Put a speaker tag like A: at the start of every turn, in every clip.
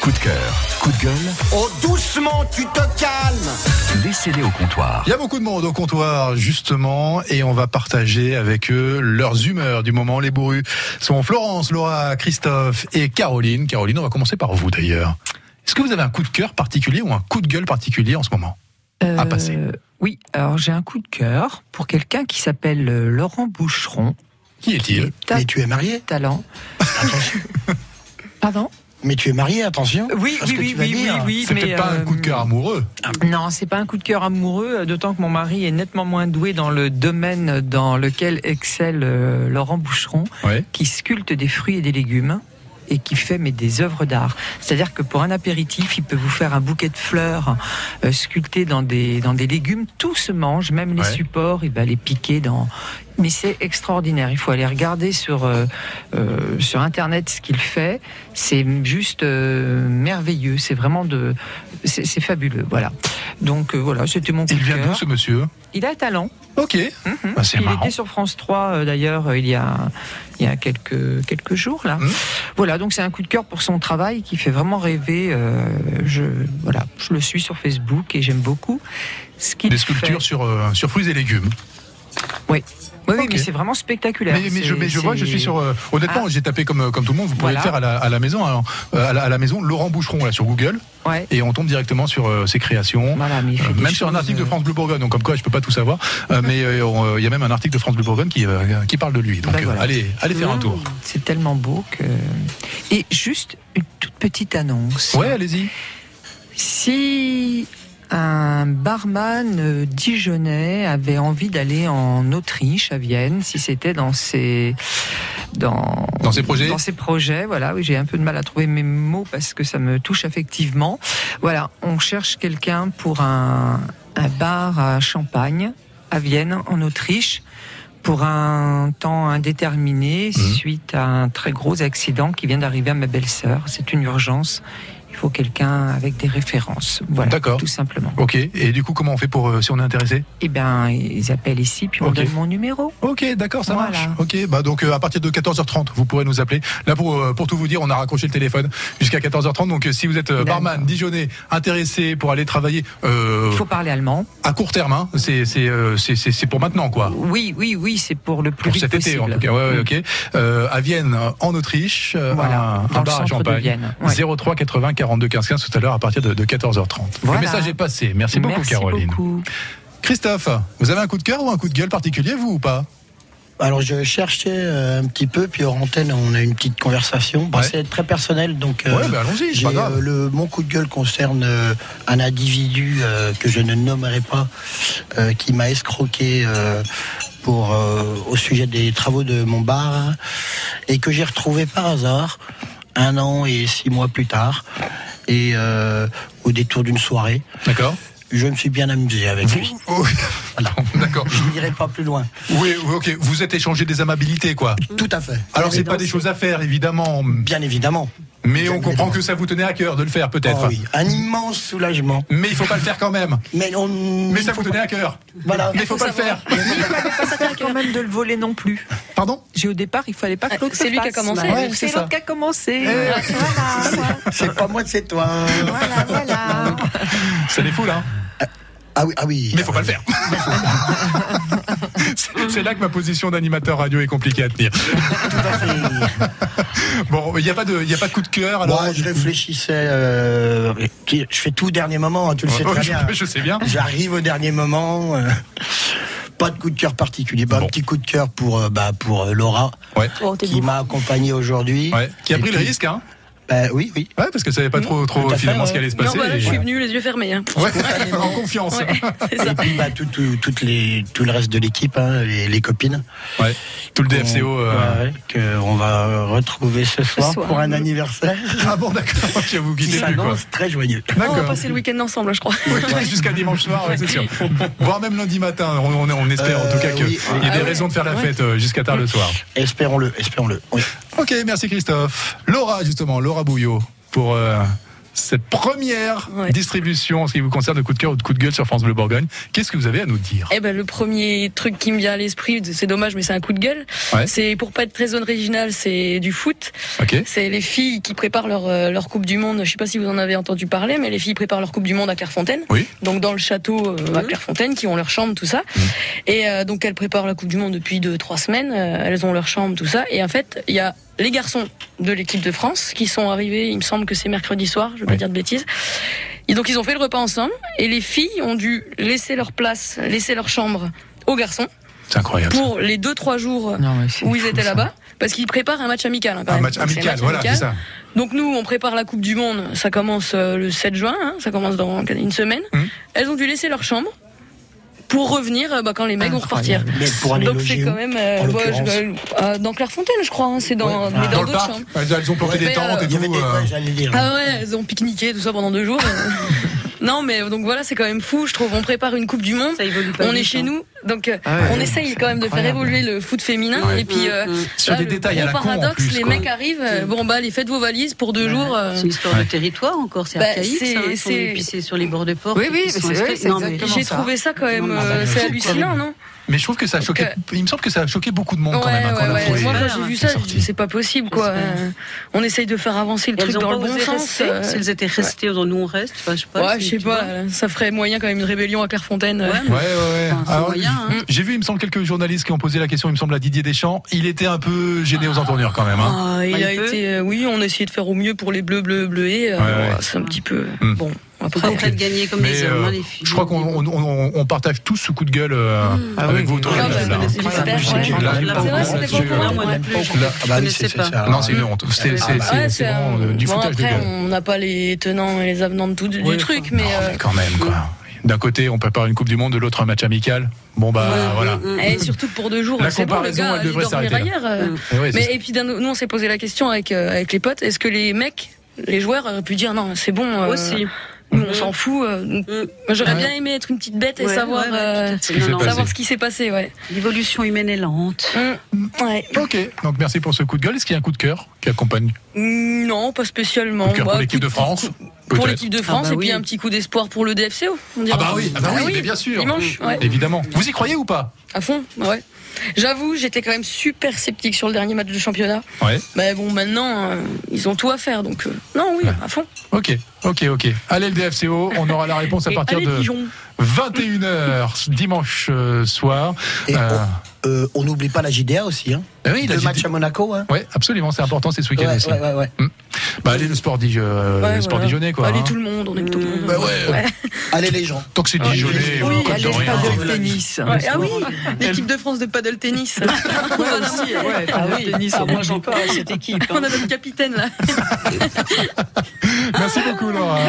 A: Coup de cœur, coup de gueule,
B: Oh, doucement, tu te calmes
A: laissez-les au comptoir.
C: Il y a beaucoup de monde au comptoir, justement, et on va partager avec eux leurs humeurs du moment. Les bourrus sont Florence, Laura, Christophe et Caroline. Caroline, on va commencer par vous d'ailleurs. Est-ce que vous avez un coup de cœur particulier ou un coup de gueule particulier en ce moment à passer.
D: Euh, Oui, alors j'ai un coup de cœur pour quelqu'un qui s'appelle euh, Laurent Boucheron.
C: Qui
D: qui
C: est-il
D: est
E: Mais tu es marié
D: talent. Pardon
E: Mais tu es marié, attention
D: Oui,
E: à ce
D: oui,
E: que
D: oui,
E: tu vas
D: oui, oui,
E: dire.
D: oui,
C: C'est
D: mais,
C: peut-être pas un
D: euh,
C: coup de cœur amoureux.
D: Non, c'est pas un coup de cœur amoureux, euh, d'autant que mon mari est nettement moins doué dans le domaine dans lequel excelle euh, Laurent Boucheron,
C: Ouais.
D: qui sculpte des fruits et des légumes et qui fait mais des œuvres d'art. C'est-à-dire que pour un apéritif, il peut vous faire un bouquet de fleurs euh, sculptées dans des dans des légumes. Tout se mange, même les
C: Ouais.
D: supports. Il va les piquer dans. Mais c'est extraordinaire. Il faut aller regarder sur euh, euh, sur internet ce qu'il fait. C'est juste euh, merveilleux. C'est vraiment de c'est c'est fabuleux. Voilà. Donc euh, voilà, c'était mon coup
C: Il
D: de
C: vient d'où
D: cœur.
C: ce monsieur
D: Il a talent.
C: Ok.
D: Mhm.
C: Bah, c'est
D: il
C: marrant.
D: était sur France 3 euh, d'ailleurs euh, il y a il y a quelques quelques jours là.
C: Mhm.
D: Voilà, donc c'est un coup de cœur pour son travail qui fait vraiment rêver euh, je voilà, je le suis sur Facebook et j'aime beaucoup ce qu'il
C: Des
D: fait.
C: sculptures sur, euh, sur fruits et légumes.
D: Oui, oui,
C: Ok.
D: mais c'est vraiment spectaculaire.
C: Mais, mais je,
D: Ben, C'est-
C: mais je vois, je
D: c'est-
C: suis sur. euh, honnêtement, j'ai tapé comme, comme tout le monde. Vous pouvez
D: Voilà.
C: le faire à la, à la maison. alors, euh, à, la, à la maison, Laurent Boucheron, là, sur Google.
D: Ouais.
C: euh, Et on tombe directement sur euh, ses créations.
D: Voilà, mais il fait
C: Euh,
D: des
C: même sur un
D: choses,
C: article de
D: euh,
C: France Bleu Bourgogne, donc comme quoi je peux pas tout savoir, Euh, mais euh, on, euh, il y a même un article de France Bleu Bourgogne qui, euh, qui parle de lui. Donc
D: Ben
C: euh,
D: voilà.
C: allez, allez faire un
D: Mmh.
C: tour.
D: C'est tellement beau que. euh, Et juste une toute petite annonce.
C: Ouais, allez-y.
D: Si un barman euh, dijonnais avait envie d'aller en Autriche, à Vienne, si c'était dans ses dans,
C: Dans ses projets
D: dans ses projets, voilà, oui, j'ai un peu de mal à trouver mes mots parce que ça me touche affectivement. Voilà, on cherche quelqu'un pour un, un bar à champagne à Vienne, en Autriche, pour un temps indéterminé
C: Mhm.
D: suite à un très gros accident qui vient d'arriver à ma belle-sœur. C'est une urgence. Il faut quelqu'un avec des références. Voilà,
C: D'accord.
D: tout simplement.
C: Ok. Et du coup, comment on fait pour euh, si on est intéressé
D: Eh bien, ils appellent ici, puis on
C: Ok.
D: donne mon numéro.
C: Ok, d'accord, ça
D: Voilà.
C: marche. Ok, bah donc euh, à partir de 14h30, vous pourrez nous appeler. Là pour euh, pour tout vous dire, on a raccroché le téléphone jusqu'à 14h30. Donc euh, si vous êtes euh,
D: D'accord.
C: barman, dijonnais, intéressé pour aller travailler euh,
D: Il faut parler allemand.
C: à court terme, hein, c'est c'est euh, c'est c'est c'est pour maintenant quoi.
D: Oui, oui, oui, c'est pour le plus
C: Pour
D: vite
C: cet été
D: possible.
C: en tout cas. Ouais, ouais,
D: Mm.
C: ok. Euh, à Vienne, euh, en Autriche, euh,
D: Voilà,
C: un- un,
D: dans le
C: bar à
D: centre de
C: champagne.
D: Vienne, ouais.
C: 03 80 42 15 15 tout à l'heure à partir de, de 14h30.
D: Voilà.
C: Le message est passé. Merci beaucoup
D: Merci
C: Caroline.
D: beaucoup.
C: Christophe, vous avez un coup de cœur ou un coup de gueule particulier vous ou pas
E: Alors, je cherchais euh, un petit peu, puis hors antenne, on a eu une petite conversation. Bon,
C: Ouais.
E: c'est très personnel, donc. euh,
C: Ouais, bah, allons-y, c'est
E: j'ai,
C: pas grave.
E: euh, le, mon coup de gueule concerne euh, un individu euh, que je ne nommerai pas, euh, qui m'a escroqué euh, pour, euh, au sujet des travaux de mon bar, et que j'ai retrouvé par hasard un an et six mois plus tard, et euh, au détour d'une soirée.
C: D'accord.
E: Je me suis bien amusé avec lui.
C: Oh, D'accord.
E: Je n'irai pas plus loin.
C: Oui, oui, ok. Vous êtes échangé des amabilités, quoi.
E: Tout à fait.
C: Alors, c'est
E: Évidemment.
C: pas des choses à faire, évidemment,
E: Bien évidemment.
C: mais on
E: Bien
C: comprend
E: évidemment.
C: que ça vous tenait à cœur de le faire,
E: Ah
C: peut-être.
E: oui, un immense soulagement.
C: Mais il faut pas le faire quand même.
E: Mais, on,
C: Mais ça vous tenait à cœur.
E: Voilà.
C: Mais il faut pas le faire.
D: Mais il fallait pas s'attendre quand même de le voler non plus.
C: Pardon
D: J'ai au départ, il fallait pas que
F: Ah,
D: l'autre
F: c'est
D: le
F: lui qui a
D: fasse.
F: commencé.
D: Bah,
C: Ouais,
D: c'est
C: c'est ça.
D: l'autre qui a commencé.
C: Eh,
E: C'est pas moi, c'est toi.
D: Voilà, voilà.
C: Ça les fout, hein.
E: Ah oui, ah oui.
C: Mais faut pas le faire. C'est- C'est là que ma position d'animateur radio est compliquée à tenir. Bon, il n'y a pas de, il y a pas de coup de cœur. Alors,
E: Moi, je réfléchissais. euh, je fais tout au dernier moment, hein, tu le sais
C: Oh,
E: très bien.
C: je, je sais bien.
E: J'arrive au dernier moment. euh, pas de coup de cœur particulier. Bah,
C: Bon.
E: Un petit coup de cœur pour, euh, bah, pour euh, Laura,
C: Ouais.
F: Oh, t'es
E: qui
F: beau.
E: m'a accompagné aujourd'hui.
C: Ouais. Qui a
E: Et
C: pris le
E: puis-
C: risque, hein
E: bah, Oui, oui.
C: Ouais, parce que ça savait pas trop, trop
E: Tout à fait,
C: finalement ce
E: ouais.
C: qui allait se
F: Non,
C: passer.
F: voilà, je suis
C: et-
F: venue les yeux fermés. hein.
C: Ouais, en confiance.
F: Ouais, c'est ça.
E: Et puis bah, tout, tout- toutes les, tout le reste de l'équipe, hein, les, les copines.
C: Ouais. Tout le DFCO.
E: Qu'on-
C: euh,
E: ouais, qu'on va retrouver ce soir,
F: soir.
E: pour un anniversaire.
C: Ah bon, d'accord, ok, vous
E: qui
C: quittez plus quoi.
E: s'annonce très joyeux.
F: On va
C: D'accord.
F: passer le week-end ensemble, je crois.
C: Ouais, Jusqu'à dimanche soir, ouais, c'est sûr. Voire même lundi matin, on, on- on espère en tout cas
E: Euh,
C: qu'il y
E: oui,
C: a
F: ah
C: des
F: ouais.
C: raisons de faire la fête euh, jusqu'à tard le soir.
E: Espérons-le, espérons-le. Oui.
C: Ok, merci Christophe. Laura, justement, Laura Bouillot, pour euh, cette première
F: Ouais.
C: distribution en ce qui vous concerne de coup de cœur ou de coup de gueule sur France Bleu Bourgogne. Qu'est-ce que vous avez à nous dire
F: Eh ben, le premier truc qui me vient à l'esprit, c'est dommage, mais c'est un coup de gueule.
C: Ouais.
F: C'est pour pas être très original, c'est du foot.
C: Ok.
F: C'est les filles qui préparent leur, euh, leur Coupe du Monde. Je sais pas si vous en avez entendu parler, mais les filles préparent leur Coupe du Monde à Clairefontaine.
C: Oui.
F: Donc dans le château euh,
C: Mhm.
F: à Clairefontaine, qui ont leur chambre, tout ça. Et euh, donc elles préparent la Coupe du Monde depuis deux, trois semaines. Euh, elles ont leur chambre, tout ça. Et en fait, il y a les garçons de l'équipe de France qui sont arrivés. Il me semble que c'est mercredi soir. Je vais pas
C: Oui.
F: dire de bêtises. Et donc ils ont fait le repas ensemble et les filles ont dû laisser leur place, laisser leur chambre aux garçons
C: C'est incroyable. ça.
F: pour les deux trois jours
D: Ah, Non, mais c'est
F: où ils
D: fou,
F: étaient
D: ça.
F: là-bas parce qu'ils préparent un match amical. hein, quand
C: Un
F: même.
C: match
F: Donc, c'est un
C: amical, voilà, c'est ça.
F: Donc nous, on prépare la Coupe du Monde. Ça commence euh, le 7 juin, hein, ça commence dans une semaine.
C: Mhm.
F: Elles ont dû laisser leur chambre pour revenir euh, bah, quand les mecs vont repartir.
D: Incroyable.
E: Mais pour aller
F: Donc c'est
E: loger où
F: quand même euh,
E: en
F: bah, je-
E: l'occurrence
F: euh, dans Clairefontaine, je crois. hein, c'est dans,
E: Ouais.
F: mais
E: Ah.
F: dans
C: Dans le
F: d'autres
C: parc,
F: chambres.
C: elles elles ont planté des
F: Mais,
C: tentes
F: euh,
C: et
E: Il y avait
C: tout.
E: des
C: euh,
E: ouais, j'allais dire.
F: Ah ouais, elles ont pique-niqué tout ça pendant deux jours. non, mais donc voilà, c'est quand même fou. Je trouve, on prépare une Coupe du Monde.
G: Ça évolue pas
F: On est
G: vite,
F: chez
G: hein.
F: nous, donc euh,
D: Ah ouais,
F: on
D: ouais,
F: essaye
D: c'est
F: quand même de faire
D: incroyable.
F: évoluer le foot féminin.
C: Ouais.
F: Et puis, euh,
C: Sur
F: là,
C: des
F: le
C: détails à la
F: gros
C: con, en
F: paradoxe,
C: plus,
F: les
C: quoi.
F: mecs arrivent. euh, bon bah, allez, faites vos valises pour deux jours. euh,
G: C'est une histoire de territoire encore, c'est
F: Bah,
G: archaïque,
F: c'est-
G: ça, hein, sur les-
F: c'est-
G: puis c'est sur les bords de porte.
D: Oui, oui,
G: qui
D: mais
G: sont
D: c'est-
G: installés.
D: oui, c'est
G: Non, mais-
D: exactement
F: J'ai
D: ça.
F: trouvé ça quand même,
G: Non,
C: Ah bah,
G: mais
F: euh,
G: c'est
F: c'est
G: horrible.
F: hallucinant, non
C: Mais je trouve que ça a choqué. Il me semble que ça a choqué beaucoup de monde quand même hein, quand on l'a trouvé.
F: Moi, quand
G: Ouais,
F: j'ai vu
G: ouais.
F: ça,
C: C'est
F: j'ai dit, c'est pas possible, quoi.
G: J'espère.
F: Euh, On essaye de faire avancer le
G: Elles
F: truc
G: ont
F: dans
G: pas
F: le bon
G: osé
F: sens.
G: rester,
F: euh,
G: S'ils étaient restés dans nous on reste, enfin, je sais pas.
F: Ouais,
G: si-
F: je sais
G: tu
F: pas,
G: vois.
F: euh, ça ferait moyen quand même une rébellion à Clairefontaine. euh.
G: Ouais, mais-
C: Ouais, ouais, ouais.
G: Enfin, c'est
C: Alors,
G: moyen, hein.
C: j- J'ai vu, il me semble, quelques journalistes qui ont posé la question, il me semble, à Didier Deschamps. Il était un peu gêné aux entournures quand même. hein.
F: Ah, il
G: bah, il
F: a
G: peut.
F: été, euh, oui, on a essayé de faire au mieux pour les bleus, bleus, bleus, et euh,
C: Ouais, ouais.
F: c'est un petit peu. euh,
C: Mm.
F: Bon, un peu
G: Pas
F: près.
G: prêts de gagner comme
C: Mais
G: les hommes,
C: euh,
G: hein, les filles.
C: je crois qu'on on- on- on partage tous ce coup de gueule euh,
D: Ah
C: avec
D: oui,
C: vous autour de la
F: Ah,
G: Ouais,
F: bah,
C: table, là.
G: je connaissais pas,
E: Ouais,
G: ouais.
C: j'ai-
F: Ah
C: là, j'ai
G: Là,
C: pas
G: c'est vrai,
C: beaucoup
G: c'était
C: là-dessus,
G: pas pour
C: euh,
G: moi non plus.
E: Là,
G: Je
E: bah oui,
G: connaissais
E: c'est-
G: pas.
E: c'est ça.
C: Ah, Non, c'est une honte. C'est
F: Ah bah, Ouais,
C: c'est- c'est- c'est
F: c'est un-
C: vraiment euh, du
F: bon,
C: foutage de
F: après,
C: gueule.
F: on n'a pas les tenants et les avenants de tout, du
D: Ouais,
F: truc, mais.
C: Non,
F: euh,
C: mais quand même, quoi. D'un côté, on prépare une Coupe du Monde, de l'autre, un match amical. Bon, bah voilà.
F: Et surtout que pour deux jours,
C: La
F: c'est bon, le
C: comparaison,
F: gars,
C: elle
F: il
C: devrait
F: dormir
C: s'arrêter là.
F: ailleurs. euh.
C: Et ouais, c'est
F: Mais
C: ça.
F: et puis d'un- nous on s'est posé la question avec euh, avec les potes, est-ce que les mecs, les joueurs auraient pu dire non, c'est bon, euh,
G: Aussi. Mm-hmm.
F: nous on s'en fout. euh, nous- moi, J'aurais bien aimé être une petite bête et
G: Ouais,
F: savoir
G: ouais, ouais,
F: euh,
G: tout à fait.
C: qui s'est
G: Non, non,
C: passé.
F: savoir ce qui s'est passé, ouais.
G: L'évolution humaine est lente.
F: Mm, ouais.
C: Ok, donc merci pour ce coup de gueule. Est-ce qu'il y a un coup de cœur qui accompagne
F: Mm, Non, pas spécialement.
C: Coup de cœur
F: Bah,
C: pour l'équipe
F: coup
C: de France
F: Pour
C: Peut-être.
F: l'équipe de France,
G: bah
F: et puis
G: oui.
F: un petit coup d'espoir pour le DFCO. on
C: Ah
F: dira.
C: bah oui, ah bah
F: Ah
C: oui,
F: oui,
C: mais bien sûr. Mm.
F: Dimanche, ouais.
C: Évidemment. Vous y croyez ou pas
F: à fond, ouais. J'avoue, j'étais quand même super sceptique sur le dernier match de championnat.
C: Ouais.
F: Mais bon, maintenant, euh, ils ont tout à faire, donc euh, non, oui, à fond.
C: Ok, ok, ok. Allez le DFCO, on aura la réponse à
F: Et
C: partir
F: allez,
C: de
F: Dijon.
C: 21h dimanche euh, soir.
E: Et
C: Euh,
E: on euh, on n'oublie pas la JDA aussi. Hein.
C: eh oui, il a
E: Deux
C: dit-
E: matchs à Monaco. Hein.
C: Ouais, absolument, c'est important, c'est ce
E: Ouais,
C: week-end aussi.
E: ouais, ouais, ouais.
C: Bah, allez, le sport, Dij- euh,
F: Ouais,
C: le sport
F: voilà.
C: dijonnais, quoi.
F: Allez
C: hein.
F: tout le monde, on aime tout le
G: Mm.
F: monde.
C: Bah ouais.
E: Allez les gens.
C: Tant que c'est dijonnais,
D: Oui,
C: on
D: à
C: compte
D: l'espace
C: rien.
D: de tennis.
F: Ouais, ah oui, l'équipe de France de paddle tennis.
D: Ouais, aussi, ouais, le tennis, on mange encore.
G: cette équipe.
F: On a notre capitaine là.
C: Merci beaucoup, Laura.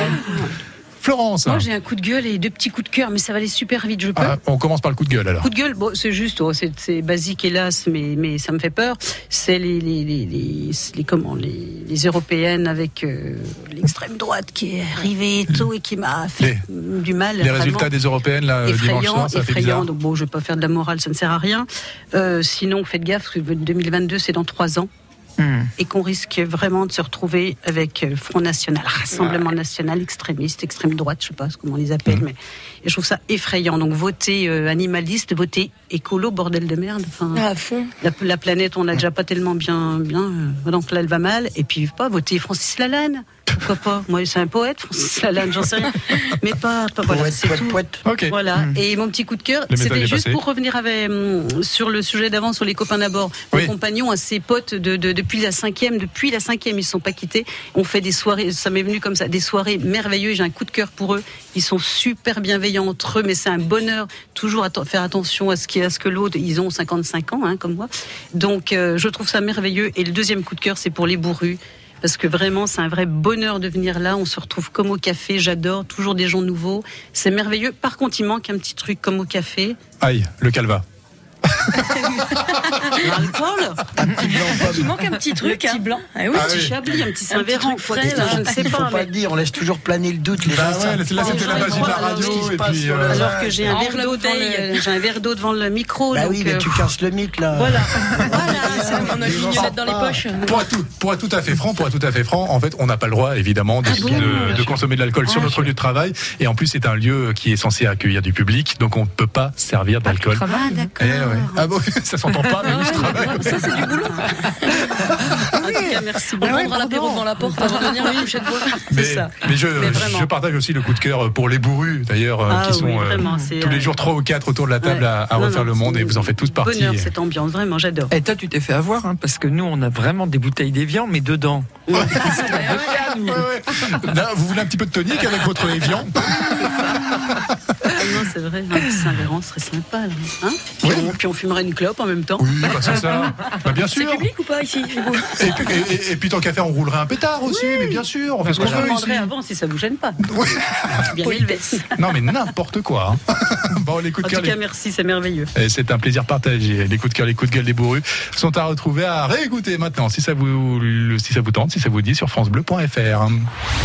C: Florence,
G: Moi, j'ai un coup de gueule et deux petits coups de cœur, mais ça va aller super vite, je peux.
C: Ah, on commence par le coup de gueule alors.
G: Coup de gueule, bon, c'est juste, oh, c'est c'est basique hélas, mais, mais ça me fait peur. C'est les, les, les, les, les- comment, les, les européennes avec euh, l'extrême droite qui est arrivée tôt et qui m'a fait du mal.
C: Mm. Les résultats
G: vraiment.
C: des européennes, là, euh, dimanche
G: Effrayant,
C: soir, ça fait
G: effrayant.
C: bizarre.
G: Donc bon, je vais pas faire de la morale, ça ne sert à rien. Euh, sinon, faites gaffe, parce que 2022, c'est dans trois ans,
D: Hmm.
G: et qu'on risque vraiment de se retrouver avec euh, Front National, Rassemblement National, extrémiste, extrême droite, je sais pas comment on les
E: Mhm.
G: appelle, mais et je trouve ça effrayant. Donc votez euh, animaliste, votez écolo, bordel de merde. Enfin,
F: Ah, À fond.
G: la, la planète, on l'a déjà pas tellement bien, bien. euh, Donc là, elle va mal. Et puis pas voter Francis Lalanne. Pourquoi pas Moi, c'est un poète, Francis Lalanne, j'en sais rien. Mais pas, pas voilà,
E: Poète,
G: c'est
E: poète,
G: tout.
E: poète.
C: Ok. Mhm.
G: Voilà. Et mon petit coup de cœur,
C: Le message est
G: c'était juste
C: passé.
G: pour revenir avec, hum, sur le sujet d'avant, sur les copains d'abord. Mon
C: Oui.
G: compagnon a ses potes de, de- depuis la cinquième, depuis la cinquième, ils ne sont pas quittés. On fait des soirées, ça m'est venu comme ça, des soirées merveilleuses. J'ai un coup de cœur pour eux. Ils sont super bienveillants entre eux, mais c'est un bonheur. Toujours atten- faire attention à ce qui, à ce que l'autre. Ils ont 55 ans, hein, comme moi. Donc, euh, je trouve ça merveilleux. Et le deuxième coup de cœur, c'est pour les bourrus. Parce que vraiment, c'est un vrai bonheur de venir là. On se retrouve comme au café. J'adore. Toujours des gens nouveaux. C'est merveilleux. Par contre, il manque un petit truc comme au café.
C: Aïe, le calva.
G: L'alcool
C: Ah
E: Un petit blanc
F: Il
E: pomme.
F: manque un petit truc. Un petit blanc. oui,
E: Ah
G: Un petit
E: oui.
G: chablis, un petit
F: Un petit
G: Saint-Véran,
F: truc
G: quoi,
F: frais,
G: des trucs,
F: là.
G: je ne sais
E: Il faut
G: pas.
E: pas
G: mais-
E: le dire, on laisse toujours planer le doute. Les
C: Bah
E: gens
C: ouais,
E: savent
C: là, là,
E: pas
C: c'était la
E: vraiment
C: magie de la radio,
E: ce qui se
C: et
E: passe
C: puis,
E: sur le-
C: euh,
G: Alors que j'ai un
F: En
G: verre d'eau devant
F: bouteille.
G: le, j'ai un verre d'eau devant le micro.
E: Bah
G: donc,
E: oui, mais
G: euh,
E: tu casses le mythe là.
G: Voilà, voilà.
F: Ah, c'est vrai Ah qu'on a une mignonnette dans les poches.
C: Pour être, tout, pour être tout à fait franc, pour être tout à fait franc, en fait, on n'a pas le droit, évidemment, de, de- de consommer de l'alcool sur notre lieu de travail. Et en plus, c'est un lieu qui est censé accueillir du public, donc on ne peut pas servir d'alcool.
G: Ah,
C: Eh
G: d'accord.
C: ouais. Ah bon, ça s'entend pas, mais oui, je travaille.
F: Ça, c'est du boulot. En tout cas,
G: Ah
F: merci. On prendra l'apéro devant la porte avant de venir la prochaine fois.
C: Mais,
F: C'est ça.
C: mais je,
F: Mais vraiment.
C: je partage aussi le coup de cœur pour les bourrus, d'ailleurs, euh,
G: Ah
C: qui sont
G: oui,
C: euh,
G: vraiment, c'est,
C: tous les
G: euh,
C: jours trois ou quatre autour de la table
G: Ouais.
C: à, à
G: Non,
C: refaire
G: non,
C: le monde,
G: c'est
C: et vous en faites tous partie. Eh.
G: Bonheur, cette ambiance, vraiment, j'adore.
D: Et toi, tu t'es fait avoir, hein, parce que nous, on a vraiment des bouteilles d'évian, mais dedans.
C: Ah Ouais, ouais. Là, vous voulez un petit peu de tonique avec votre Evian
G: Ah non, c'est vrai, un petit Saint-Véran serait sympa. Là. Hein puis,
C: Oui.
G: on, puis on fumerait une clope en même temps.
C: Oui, bah, c'est ça. Bah, bien
F: C'est
C: sûr.
F: public ou pas ici du coup
C: Et puis, et- et- et puis tant qu'à faire, on roulerait un pétard aussi, mais bien sûr, on fait ce qu'on
G: Moi, je
C: veut ici.
G: demanderai avant si ça vous gêne pas. Bien élevé.
C: Non, mais n'importe quoi. hein. bon, les coups
G: En
C: de cœur,
G: tout
C: les-
G: cas, merci, c'est merveilleux.
C: Eh, c'est un plaisir partagé. Les coups de cœur, les coups de gueule des bourrus sont à retrouver, à réécouter maintenant, si ça vous, si ça vous tente, si ça vous dit, sur FranceBleu.fr.